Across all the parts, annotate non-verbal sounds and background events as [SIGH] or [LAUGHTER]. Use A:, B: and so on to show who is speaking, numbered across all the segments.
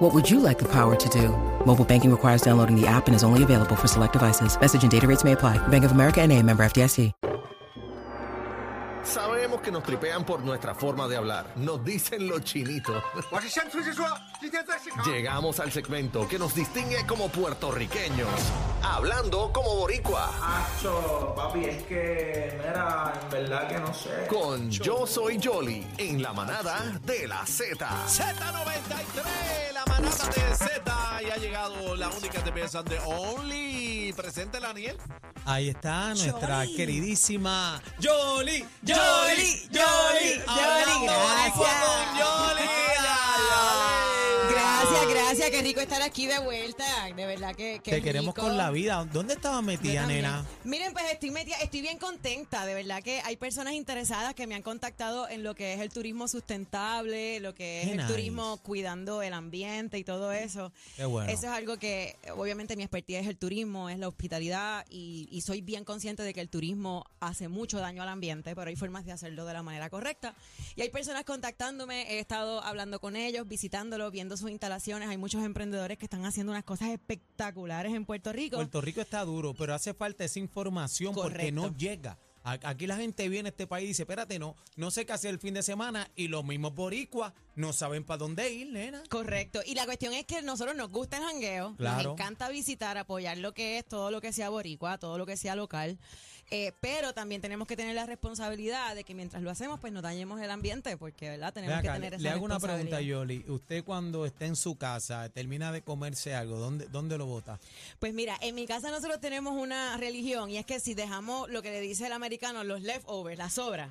A: What would you like the power to do? Mobile banking requires downloading the app and is only available for select devices. Message and data rates may apply. Bank of America and a member FDIC.
B: Sabemos que nos tripean por nuestra forma de hablar. Nos dicen los chinitos.
C: 我是乡村之说，今天在现场。
B: [LAUGHS] Llegamos al segmento que nos distingue como puertorriqueños. Hablando como boricua.
D: Acho, papi, es que, mira, en verdad que no sé.
B: Con Yo Soy Jolly en la manada de la Z.
E: Z93, la manada de Z. Y ha llegado la única que piensan de Only. Presente, Daniel.
F: Ahí está nuestra queridísima Jolie.
G: Yoli, Yoli, Yoli, gracias. Gracias, gracias, qué rico estar aquí de vuelta. De verdad que. que
F: Te queremos
G: rico.
F: con la vida. ¿Dónde estabas
G: Yo
F: metida,
G: también.
F: nena?
G: Miren, pues estoy metida, estoy bien contenta, de verdad que hay personas interesadas que me han contactado en lo que es el turismo sustentable, lo que es
F: Qué
G: el
F: nice.
G: turismo cuidando el ambiente y todo eso.
F: Qué bueno.
G: Eso es algo que, obviamente, mi expertise es el turismo, es la hospitalidad y, y soy bien consciente de que el turismo hace mucho daño al ambiente, pero hay formas de hacerlo de la manera correcta. Y hay personas contactándome, he estado hablando con ellos, visitándolos, viendo sus instalaciones. Hay muchos emprendedores que están haciendo unas cosas espectaculares en Puerto Rico.
F: Puerto Rico está duro, pero hace falta esa información porque
G: Correcto.
F: no llega. A- Aquí la gente viene a este país y dice, espérate, no, no sé qué hacer el fin de semana y los mismos boricuas no saben para dónde ir, nena.
G: Correcto. Y la cuestión es que nosotros nos gusta el jangueo,
F: Claro.
G: nos encanta visitar, apoyar lo que es, todo lo que sea boricua, todo lo que sea local. Eh, pero también tenemos que tener la responsabilidad de que mientras lo hacemos, pues no dañemos el ambiente, porque
F: Ven
G: ¿verdad? tenemos
F: acá,
G: que tener esa
F: le hago una pregunta,
G: responsabilidad.
F: Jolie. Usted cuando está en su casa, termina de comerse algo, ¿dónde, dónde lo bota?
G: Pues mira, en mi casa nosotros tenemos una religión y es que si dejamos lo que le dice el americano, los leftovers, las sobras,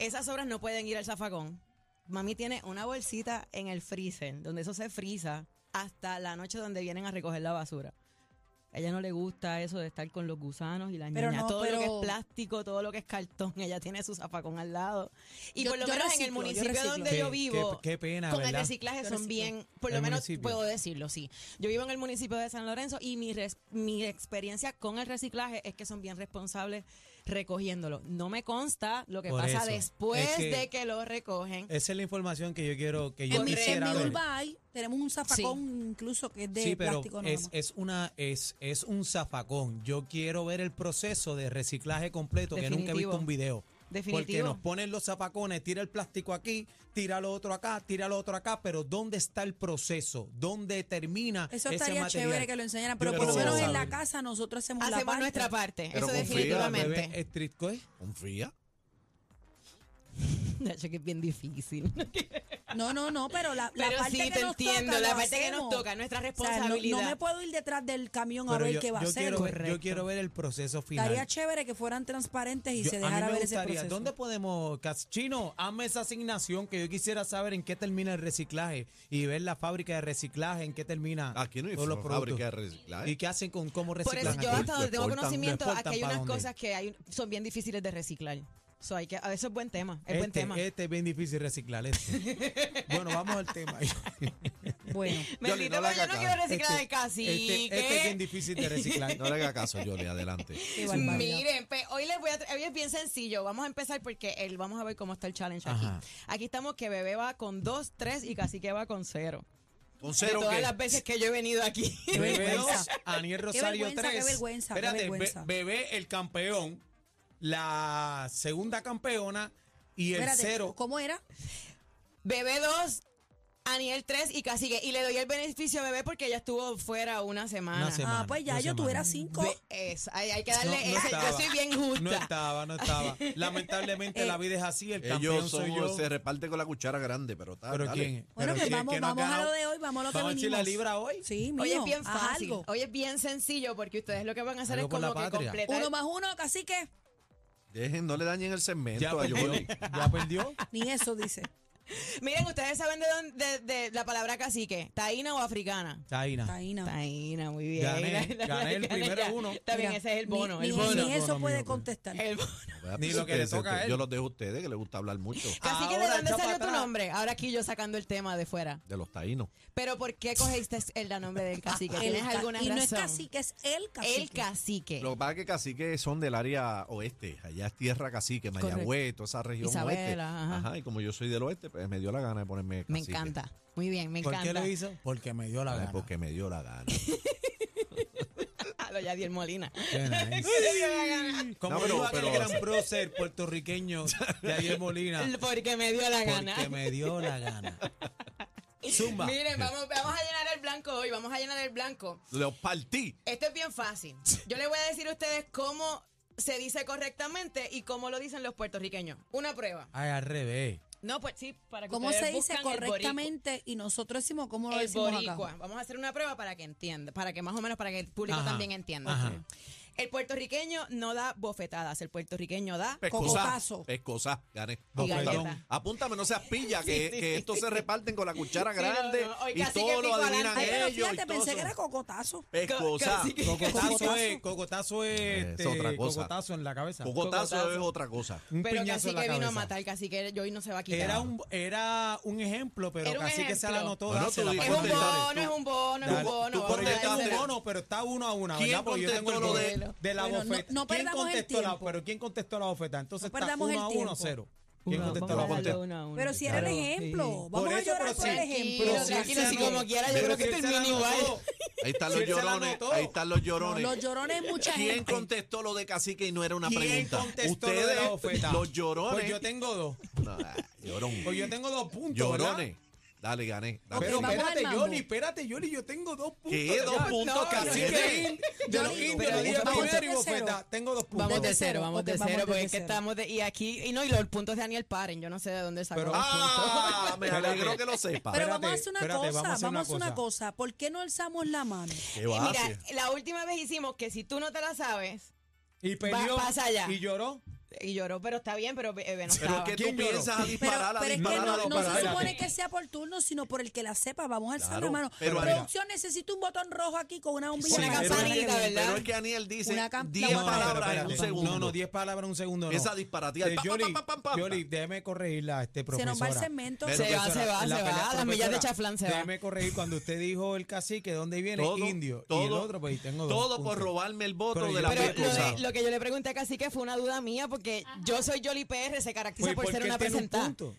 G: esas sobras no pueden ir al zafacón. Mami tiene una bolsita en el freezer, donde eso se frisa hasta la noche donde vienen a recoger la basura. A ella no le gusta eso de estar con los gusanos y las
H: Pero
G: niñas.
H: no,
G: todo lo que
H: pero-
G: es plástico, todo lo que es cartón, ella tiene su zafacón al lado. Y
H: Yo-
G: por lo
H: yo
G: menos en el
H: reciclo, yo
G: municipio
H: reciclo.
G: donde yo vivo,
F: qué, qué pena,
G: con el
F: ¿verdad?
G: reciclaje
H: Yo
G: son
H: reciclo.
G: bien, por lo
F: El
G: menos
F: municipio.
G: puedo decirlo, sí. Yo vivo en el municipio de San Lorenzo y mi, res- mi experiencia con el reciclaje es que son bien responsables recogiéndolo. No me consta lo que
F: Por
G: pasa
F: eso.
G: después
F: Es que- Eh,
G: de que lo recogen.
F: Esa es la información que yo quiero que yo
H: En mi, en
F: quisiera
H: mi
F: ver.
H: vulva hay, tenemos un zafacón incluso que es de
F: sí, pero
H: plástico nada
F: es, e-,
H: más.
F: es una es, es un zafacón. Yo quiero ver el proceso de reciclaje completo que nunca he visto
G: Definitivo.
F: un video. Porque
G: Definitivo.
F: nos ponen los zafacones, tira el plástico aquí, tira lo otro acá, tira lo otro acá, pero ¿dónde está el proceso? ¿Dónde termina
H: Eso
F: ese
H: estaría
F: material?
H: chévere que lo enseñaran, pero
F: Yo
H: por lo
F: quiero
H: menos en
F: saber.
H: la casa nosotros hacemos, la
G: Hacemos
H: parte.
G: nuestra parte,
B: Pero
G: eso
B: confía,
F: Mira,
G: definitivamente.
F: bebé, street, ¿qué es?
B: ¿Confía?
G: [LAUGHS] Nacho, que es bien difícil.
H: No, no, no, pero la, la
G: Pero
H: parte
G: sí,
H: que
G: te
H: nos
G: entiendo, la
H: toca, lo
G: parte que nos
H: hacemos.
G: toca, nuestra
H: O sea, no-
G: responsabilidad.
H: no, me puedo ir detrás del camión a
F: Pero
H: ver
F: yo,
H: qué va a
F: yo
H: hacer.
F: quiero, ver- yo
G: Correcto.
F: quiero ver el proceso final.
H: Estaría chévere que fueran transparentes y
F: Yo-
H: se
F: a mí
H: dejara
F: me
H: ver ese
F: gustaría,
H: proceso.
F: ¿dónde podemos, Cas- Chino, hazme esa asignación que yo quisiera saber en qué termina el reciclaje y ver la fábrica de reciclaje, en qué termina
B: Ah, Aquí no hay
F: todos los productos.
B: fábrica de reciclaje.
F: ¿Y qué hacen con cómo
G: Por
F: reciclan?
G: eso
F: aquí?
G: yo
B: Lo
G: hasta donde tengo
B: exportan, lo
G: conocimiento,
F: exportan
G: aquí hay
F: ¿para
G: unas
F: dónde?
G: cosas que hay, son bien difíciles de reciclar. So, hay que, eso es buen tema, es
F: este,
G: buen tema.
F: este es bien difícil reciclar esto.
G: [LAUGHS]
F: bueno, vamos al tema.
H: [LAUGHS] Bueno,
B: Yoli,
G: Bendito,
B: no la
G: pero yo
B: hagas
G: no
B: acá.
G: quiero reciclar
F: Este-
G: el cacique.
F: este, este es bien difícil de
E: Eh,
F: reciclar.
B: No le haga caso, Jolly, adelante.
H: qué barbaridad.
G: Miren, pues, hoy les voy a tra- hoy es bien sencillo. Vamos a empezar porque el, vamos a ver cómo está el challenge aquí.
F: Ajá.
G: Aquí estamos que bebé va con 2, 3 y casi que va con 0.
B: ¿Con
G: De
B: cero
G: todas
B: qué?
G: las veces que yo he venido aquí. [LAUGHS]
F: Bebé
H: vergüenza.
F: 2, Aniel Rosario
H: vergüenza,
F: 3.
H: qué vergüenza, qué
F: Espérate, be-
H: vergüenza.
F: bebé el campeón, la segunda campeona y el
H: Espérate,
F: cero.
H: ¿cómo era? Ah,
G: Bebé 2, Aniel 3 y casi que. Y le doy el beneficio a bebé porque ella estuvo fuera una semana.
F: Una semana.
H: ah, pues ya
F: dos
H: yo
F: semanas.
H: tuviera cinco.
G: Ve- eso, hay, hay que darle
F: No, no
G: ese.
F: estaba.
G: Yo soy bien justa.
F: No estaba, no estaba.
H: [LAUGHS]
F: Lamentablemente
H: Eh,
F: la vida es así, el [LAUGHS] campeón
B: Ellos
F: soy
B: son-
F: yo.
B: se reparte con la cuchara grande, pero está.
F: Pero
B: dale.
F: quién?
H: Bueno,
F: pero
H: pues
F: quién,
H: vamos,
F: ¿quién no ha
H: vamos a lo
F: ganado?
H: de hoy, vamos a lo que
F: ¿Vamos a ver si la
H: venimos.
F: libra hoy?
H: Sí, mijo,
G: Hoy es bien
H: haz
G: fácil.
H: algo.
G: Hoy es bien sencillo porque ustedes lo que van a hacer
F: Algo
G: es
F: por la
G: como que
F: patria.
G: completar.
H: Uno más uno, cacique.
B: Dejen, no le dañen el
F: Ya
B: segmento a
F: perdió,
B: Jolly.
F: ya perdió.
G: [LAUGHS]
H: Ni eso dice.
G: Miren, ustedes saben de, dónde, de, de la palabra cacique, taína o africana.
F: Taina.
H: Taína.
G: Taína, muy bien. [LAUGHS]
F: Gané, gané el primero
G: ya.
F: uno.
G: También
H: Mira,
G: ese es el bono,
H: Ni,
G: el
H: ni-
G: bono. Eh,
H: ni
F: Bono,
H: eso
F: mi
H: puede
F: loco.
H: contestar.
G: El [LAUGHS] bono.
F: Ni lo que le toca a él.
E: Yo los dejo a ustedes, que les gusta hablar mucho
G: Cacique, ¿de
F: Ahora,
G: dónde
F: echa
G: salió
F: para
G: tu
F: atrás.
G: nombre? Ahora aquí yo sacando el tema de fuera.
E: de los taínos.
G: Pero ¿por qué cogiste el nombre
H: [LAUGHS]
G: del cacique?
H: Ah, El
G: ¿Tienes
H: ca-
G: alguna
H: y
G: razón?
H: no es cacique, es el cacique.
G: El cacique.
E: Lo que pasa es que caciques son del área oeste, allá es tierra cacique, Mayagüez, toda esa región
G: Isabela,
E: oeste.
G: ajá.
E: y como yo soy del oeste, pues me dio la gana de ponerme
G: Me
E: cacique.
G: encanta. Muy bien, me
F: ¿Por qué
G: encanta.
F: lo hizo? Porque me dio la
E: Ay,
F: gana.
E: Porque me dio la gana.
G: Ah, [LAUGHS] lo ya di el Molina.
F: [LAUGHS] Qué nice. Como
E: No, pero-
F: dijo aquel
E: pero-
F: gran prócer
E: [LAUGHS]
F: puertorriqueño Javier Molina,
G: Porque me dio la gana. [LAUGHS]
F: porque me dio la gana. Zumba.
G: Miren, vamos, vamos a llenar el blanco hoy, vamos a llenar el blanco.
E: Los partí.
G: Esto es
F: [LAUGHS]
G: bien fácil. Yo les voy a decir a ustedes cómo se dice correctamente y cómo lo dicen los puertorriqueños. Una prueba.
F: Ay, al revés.
G: No, pues sí, para que
H: ¿Cómo
G: ustedes
H: se dice
G: buscan el boricua.
H: correctamente? Y nosotros decimos, ¿cómo lo
G: El
H: decimos
G: boricua.
H: acá?
G: Vamos a hacer una prueba para que entienda, para que más o menos para que el público
F: Ajá,
G: también entienda.
F: ajá.
G: El puertorriqueño no da bofetadas, el puertorriqueño da
E: Pescosa.
H: Cocotazo.
E: Pescosa. Gané.
G: Y
E: Apúntame.
G: galleta.
E: Apúntame, no seas pilla, que,
G: Sí, sí,
E: que
G: sí.
E: esto se reparten con la cuchara
G: Sí, no,
E: grande
G: no, hoy
E: y
G: casi que
E: todo lo
G: pico
E: adivinan
G: adelante.
H: Ay, pero
E: ellos.
H: fíjate,
E: y todo
H: pensé que
E: eso.
H: era cocotazo.
E: Pescosa.
G: Casi que-
F: Cocotazo
H: Cocotazo.
F: es, cocotazo
E: Eh,
F: es,
E: es
F: este,
E: otra cosa.
F: cocotazo en la cabeza.
E: Cocotazo
G: Cocotazo.
E: es otra cosa.
F: Un
G: Pero
F: piñazo
G: casi
F: en la
G: que vino a
F: cabeza.
G: matar, casi que yo hoy no se va a quitar.
F: Era un, era un ejemplo, pero
G: Era un
F: casi que se la
G: ejemplo.
F: anotó.
E: Bueno, tú
F: dásela,
E: dijiste-
G: es
F: por
G: un
F: favor.
E: contestaste.
G: bono, es un bono,
E: Dale,
G: es un bono.
E: tú
G: vamos a
E: contestaste.
F: Porque está
G: dársela.
F: un bono, pero está uno a una,
E: ¿Quién
F: ¿verdad? Porque yo tengo
E: contestó
F: lo
E: lo
F: de,
E: de-
F: de la
H: Bueno, no-
F: bofeta.
H: no
F: ¿Quién
H: perdamos el
F: contestó la,
H: tiempo.
F: pero quién contestó la bofeta? Entonces está
H: No perdamos
F: 1 a
H: el
F: 1 a
H: tiempo.
F: 0. ¿Quién
G: Uno,
F: contestó
G: vamos
F: la
G: a darle
F: bofeta?
G: uno a uno.
H: Pero si era el
F: Claro.
H: ejemplo.
F: Sí.
H: Vamos
F: Por
H: a
F: eso,
H: llorar
F: pero
H: por el
F: sí.
H: ejemplo.
F: Pero sí,
G: tranquilo,
F: sí,
G: así
F: no.
G: como quiera, yo
F: Pero
G: creo que
F: sí, él se la
G: termina igual.
F: anotó.
E: Ahí están
F: Sí,
E: los
F: él se la
E: llorones.
F: anotó.
E: Ahí están los llorones.
H: Los llorones es mucha
E: ¿Quién
H: gente.
E: contestó lo de cacique y no era una
F: ¿Quién
E: pregunta?
F: contestó lo de
E: Ustedes,
F: la bofeta?
E: los llorones.
F: Pues yo tengo dos.
E: No, ah, llorón.
F: Pues yo tengo dos puntos.
E: llorones. Dale, gané.
F: ¿verdad?
E: Dale,
F: Pero
H: vamos
E: gané.
H: al
F: espérate,
H: mambo.
F: Yoli, espérate, Yoli, yo tengo dos puntos.
E: ¿Qué? Dos
F: ya.
E: puntos,
F: No,
E: cacique.
F: cacique. De los
H: Yoli,
F: indios,
H: pero
F: dije
H: vamos
F: primero y
H: de cero.
F: bofeta. Tengo dos puntos.
G: Vamos de
H: Desde
G: cero,
H: cero,
G: vamos
H: ok,
G: de
H: vamos
G: cero,
H: desde
G: porque es que
H: cero.
G: estamos de. Y aquí, y no, y los puntos de Daniel Paren, yo no sé de dónde sacó.
F: Pero-
G: los
E: Ah, me
F: Espérate.
E: alegro que lo sepa.
H: Pero
F: Espérate,
H: vamos a hacer una
F: espérate,
H: cosa,
F: vamos a hacer una
H: vamos a
F: cosa.
H: una cosa. ¿Por qué no alzamos la mano?
E: ¿Qué
G: puntos.
E: va a
G: Mira,
F: ¡Ah!
E: hacer?
G: la última vez hicimos que si tú no te la sabes,
F: Y peleó.
G: pasa allá.
F: Y lloró.
G: y lloró, pero está bien, pero Bebe no
E: Pero
G: estaba.
E: es que
F: ¿Quién
E: tú
F: lloró?
E: piensas a
H: Pero,
E: disparar, a
H: pero es que
E: disparar, a
H: no, no
E: disparar.
H: se supone
F: espérate.
H: que sea por turno, sino por el que la sepa. Vamos a alzar
E: Claro,
H: la mano.
E: pero mira.
H: Producción necesita un botón rojo aquí con una bombilla.
F: Sí,
H: para
G: Una
H: que
F: pero-
H: suene
G: campanita,
H: bien.
G: ¿verdad?
E: Pero es que Aniel dice
H: Una camp-
E: 10
H: No, no,
E: palabras
F: pero
E: en un
F: espérate.
E: segundo.
F: No, no, 10 palabras en un segundo. No.
E: Esa disparateada.
F: Eh,
E: Pa, pa,
F: Yoli,
E: pa, pa, pa, pa.
F: Yoli, déjeme corregirla a este
H: Se
F: profesora.
H: nos va el segmento.
E: Pero-
G: Se va,
F: Profesora,
G: se va,
F: en la
G: se
F: pelea,
G: va. Las millas de
F: profesora,
G: chaflán se va.
F: Déjeme corregir cuando usted dijo el cacique, ¿de dónde viene?
E: Todo,
F: Indio.
E: todo,
F: y el otro, pues y tengo dos
E: todo por
F: puntos.
E: robarme el voto
F: Pero yo-
E: de la
G: Pero
F: También
G: lo,
E: pescosa.
G: de- lo que yo le pregunté a Cacique fue una duda mía, porque yo soy Yoli PR, se
F: Pues,
G: caracteriza por
F: ¿por
G: ser
F: qué
G: una
F: tiene un
G: presentada.
F: punto?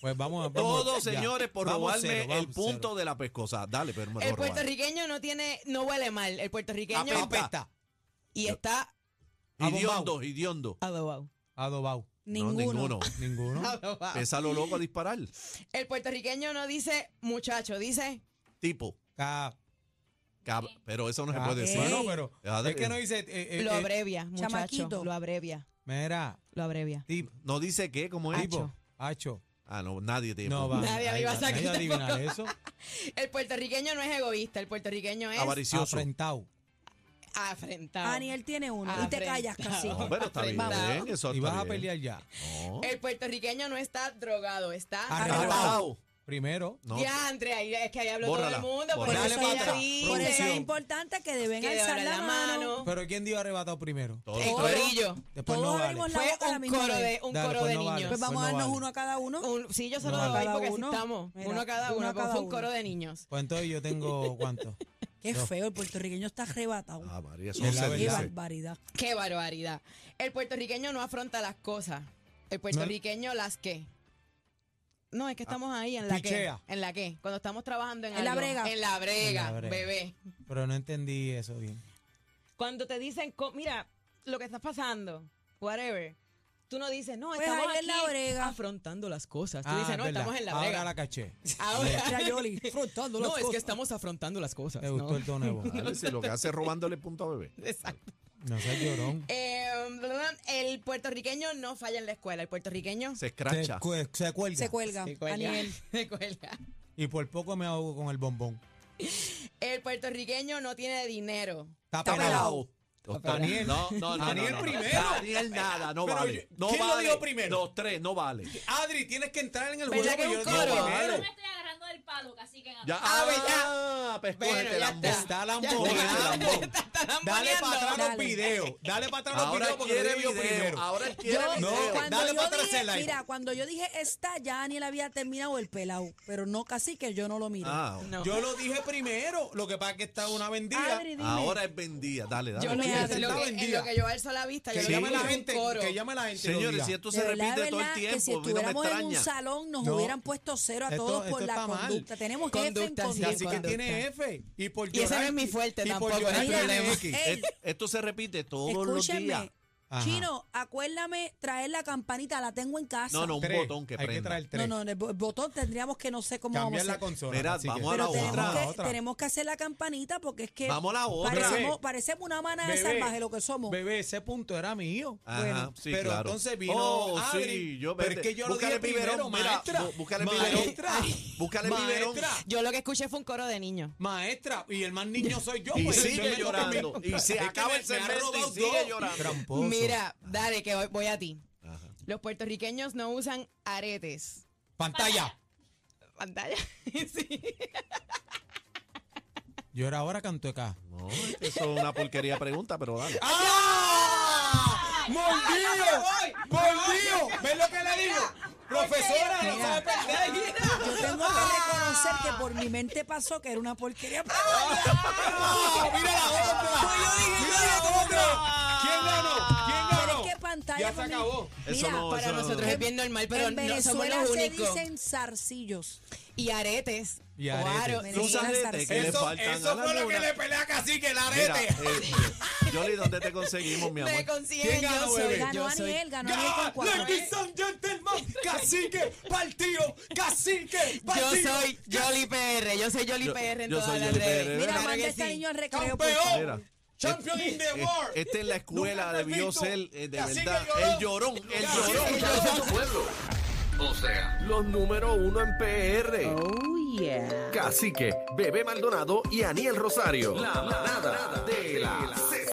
F: Pues vamos a
E: Todo, señores, por robarme el punto
F: de
E: de la pescosa. Dale, pero me
G: El
E: lo robaron.
G: puertorriqueño no tiene, no huele mal. El puertorriqueño
E: Apesta.
G: y está
E: Idiondo, idiondo.
G: adobado.
F: adobado.
E: No, ninguno.
F: Ninguno.
E: [LAUGHS] Pesa lo loco a disparar.
G: El puertorriqueño no dice muchacho, dice
E: Tipo.
F: Ca-
E: cab- Pero eso no se
F: ca-
E: puede decir.
F: Ah, Bueno, pero
E: Ey.
F: es que no dice... eh, eh,
G: lo
F: eh,
G: abrevia, muchacho.
H: chamaquito.
G: Lo abrevia,
F: Mira,
G: lo abrevia.
F: tip,
E: No dice qué, cómo es.
F: tipo, hacho.
E: Ah, no, nadie te
F: No va.
G: Nadie
F: ahí
G: me iba a
F: va,
G: sacar
F: nadie va adivinar
G: tampoco.
F: eso.
G: El puertorriqueño no es egoísta, el puertorriqueño es
E: Avaricioso.
F: Afrentado.
G: afrentado.
H: Daniel tiene uno.
F: Ah,
H: Y te callas casi.
E: No, pero está bien,
G: Afrentado.
E: eso
F: Y
E: está
F: vas a
E: bien.
F: pelear Eh, ya.
E: No.
G: El puertorriqueño no está drogado, está
F: Arrebatado.
G: arrebatado.
F: Primero.
E: No.
G: Ya, Andrea, ahí es que ahí habló todo
E: Bórrala,
G: el mundo. Por
E: bórrala.
G: eso
H: Dale
G: ella
H: para
F: atrás.
G: dice
H: Por eso
F: Producción.
H: es importante que deben
G: que de
H: alzar
G: darle
H: la mano.
F: Pero ¿quién dio arrebatado primero?
E: Todos
G: El
E: tres.
G: corillo.
F: Después no
H: Todos
F: vale.
H: abrimos la
G: Fue
H: boca a la
G: un
H: misma
G: coro
H: vez.
G: de, un
F: Dale,
G: coro
F: pues
G: de
F: no vale.
G: niños.
H: Pues vamos
F: no
H: a darnos
F: vale.
H: uno a cada uno.
G: Un- sí, yo se
F: No
G: lo
F: vale.
G: doy
H: Cada
G: porque así
H: uno.
G: estamos.
H: Mira,
G: uno a cada
H: uno
G: uno.
H: a
G: pues
H: cada
G: fue un
H: uno.
G: coro de niños.
F: Pues entonces yo
G: [LAUGHS]
F: tengo cuánto.
H: Qué
F: No.
H: feo, el puertorriqueño está arrebatado.
E: Ah, María, eso
F: Es
E: no
F: la
E: se
H: Qué
F: verdad.
E: dice.
H: barbaridad.
G: Qué barbaridad. El puertorriqueño no afronta las cosas. El puertorriqueño las que. No, es que estamos ahí en
F: Ah,
G: la
F: Pichea.
G: que. En la que. Cuando estamos trabajando en,
H: En la
G: algo.
H: brega.
G: En la brega,
F: En la brega.
G: bebé.
F: Pero no entendí eso bien.
G: Cuando te dicen, co- mira, lo que está pasando, whatever. Tú no dices, no,
H: Pues
G: estamos
H: ahí
G: aquí
H: en la brega.
G: afrontando las cosas. Tú
F: Ah,
G: dices, no,
F: es verdad.
G: estamos en la
F: Ahora
G: brega.
F: la caché.
G: Ahora.
H: Mira,
G: [LAUGHS]
H: Yoli,
G: no,
H: frontando
G: es
H: las
G: que
H: cosas.
G: estamos afrontando las cosas.
F: Me
G: ¿no?
F: gustó el tono de voz.
E: Dale, si lo que hace es robándole punto a bebé.
G: Exacto.
F: No seas llorón.
G: Eh, ¿verdad? el puertorriqueño no falla en la escuela. El puertorriqueño
E: Se
F: Se,
E: escracha.
F: cue- se cuelga.
H: Se cuelga.
G: Se cuelga.
H: Daniel.
G: Se cuelga.
F: Y por poco me ahogo con el bombón.
G: El puertorriqueño no tiene dinero.
F: Está
H: Está
F: pelado.
H: pelado.
F: Daniel.
E: No, no, no,
F: Daniel
E: no, no.
F: primero.
E: Daniel nada, no
F: Pero
E: vale.
F: yo-
E: no
F: ¿quién lo
E: vale.
F: dijo primero?
E: Los tres, no vale.
F: Adri, tienes que entrar en el
G: ¿Verdad
F: juego.
G: que
F: que
G: es
F: yo
G: un
F: no
G: coro?
F: digo
G: Claro.
E: vale.
I: me estoy agarrando del palo, casi que
E: Ya,
G: Ah,
E: ah, pues
G: Bueno,
E: cógete,
G: ya
E: Lambón. Cógete,
F: Está lamboneado.
E: Lambón.
F: [LAUGHS] Dale para
G: Lamboneando.
F: atrás los
H: Dale.
F: videos. Dale para atrás los
E: Ahora
F: videos porque
E: quiere
F: Adri vio
E: video.
F: primero.
E: Ahora él quiere
H: Yo,
E: video.
H: cuando
F: dale
H: yo
F: para atrás
H: dije,
F: el like.
H: mira, cuando yo dije esta, ya Daniel había terminado el pelado, pero no casi que yo no lo miré.
E: Ah,
G: No.
F: Yo lo dije primero. Lo que pasa es que está una bendita.
H: Adri, dime.
E: ahora es vendida. Dale, dale.
G: Yo no
F: Dime,
G: sé,
F: está
G: en lo que, en
F: vendida.
G: lo que yo alzo la vista,
F: Que
G: yo
F: llame
G: llame
F: la gente.
G: coro.
F: Que llame la gente. y lo
E: Señores,
F: diga.
E: si esto
H: De
E: se
H: verdad, de
E: repite todo el
H: verdad,
E: tiempo,
H: que si
E: a mí no me
H: estuviéramos en un
E: extraña.
H: salón nos
F: No.
H: hubieran puesto cero a
F: Esto-
H: todos por
F: esto
H: la
F: está mal.
H: conducta. Tenemos jefe en
G: Conducta, sí,
H: conducta.
F: Así que
G: Conducta.
F: tiene F. Y, por
G: Y ese
F: llorar-
G: no es mi fuerte
F: y por
G: tampoco,
F: llorar
G: es
F: tiene
H: problema.
F: X.
H: Eh,
E: Es- Esto se repite todos los días.
H: Escúchenme,
F: Ajá.
H: Chino, acuérdame traer la campanita, la tengo en casa.
E: No, no, un
F: Tres.
E: botón que
F: Hay que
E: prenda.
F: traer
H: No,
F: tres.
H: no, el bo- el botón tendríamos que no sé cómo
F: Cambiar la
H: vamos a hacer.
F: consola.
E: Mira,
F: así que-
E: vamos a la
H: Pero tenemos
E: otra.
H: que, tenemos que hacer la campanita porque es que
E: Vamos a la otra.
H: Parecemos,
F: Bebé.
H: parecemos una mana de
F: Bebé,
H: salvaje lo que somos.
F: Bebé, ese punto era mío.
E: Ajá,
H: Bueno,
E: sí,
F: pero
E: claro.
F: entonces vino
E: Oh,
F: Adri,
E: sí, yo
F: pero es
E: vete.
F: que yo lo
E: Búscale
F: dije primero,
E: mira,
F: maestra.
E: bu- Búscale el
F: Maestra.
E: biberón. Búscale el biberón.
F: Maestra.
G: Yo lo que escuché fue un coro de niños.
F: Maestra, y el más niño soy yo.
E: Y
F: pues, yo
E: sigue
F: me toca a mí.
E: llorando. Y se
F: Es que
E: acaba
F: me-
E: el
F: me ha
E: semestre
F: robado
E: y sigue
F: todo.
E: llorando.
F: Tramposo.
G: Mira, dale, que voy, voy a ti. Los puertorriqueños no usan aretes.
F: Pantalla.
G: ¿Pantalla? [LAUGHS] sí.
F: Yo era ahora canto acá.
E: No, eso es una porquería de pregunta, pero dale.
F: ¡Ah!
G: ¡Ay,
F: ¡Mordido!
G: me voy!
F: ¡Mordido! ¿Ves lo que le digo? Profesora, no sabe perder.
H: Yo tengo que reconocer que por mi mente pasó que era una porquería.
F: ¡Ah! ¡Mira la otra! ¡Mira la otra! ¿Quién ganó? ¿Quién
H: Pero
F: ganó?
H: es que
F: ¡Ah! Ya
H: pantalla.
F: se
H: por mi-
F: acabó.
E: Eso
H: Mira,
E: no,
G: Para
E: eso no.
G: nosotros es bien normal, pero
H: en
G: no somos
H: Venezuela
G: los
H: se
G: únicos.
H: dicen zarcillos.
G: Y aretes.
F: Y aretes.
G: Claro,
H: Me
G: sí.
E: Los
H: digan
E: aretes que le
H: zarcillos.
F: Eso,
E: faltan
F: eso
E: a la
F: fue lo que
E: luna.
F: le pelea casi que el
E: Mira,
F: arete.
E: eh, Yoli, ¿dónde te conseguimos, mi amor?
G: Me consiguen
F: ¿Quién
G: yo
F: ganó,
G: soy.
F: bebé?
H: Ganó
G: yo soy.
H: Aniel, ganó Aniel con
F: ¡Ya!
H: cuatro.
F: ¡Ladies and gentlemen! ¡Cacique! ¡Partido! ¡Cacique!
G: Yo
F: ¡Partido!
G: soy Jolly PR, yo soy Jolly
E: Yo-
G: PR en
E: yo soy
G: todas las
E: Jolly
G: redes.
E: PR,
H: Mira,
E: ¿verdad?
G: Claro
H: manda
G: que
H: este
G: sí.
H: niño al recreo. por favor.
E: Mira,
F: ¡Campeón! ¡Champion
E: este-
F: in the
E: este-
F: world!
E: Este en la escuela
F: Nunca
E: debió
F: repito.
E: ser, eh, de
F: Cacique
E: verdad,
F: lloró.
E: el llorón, el
F: Cacique
E: llorón.
F: lloró.
B: Su pueblo. O sea, los número uno en PR. Oh, yeah. Cacique, Bebé Maldonado y Aniel Rosario. La manada de la Z.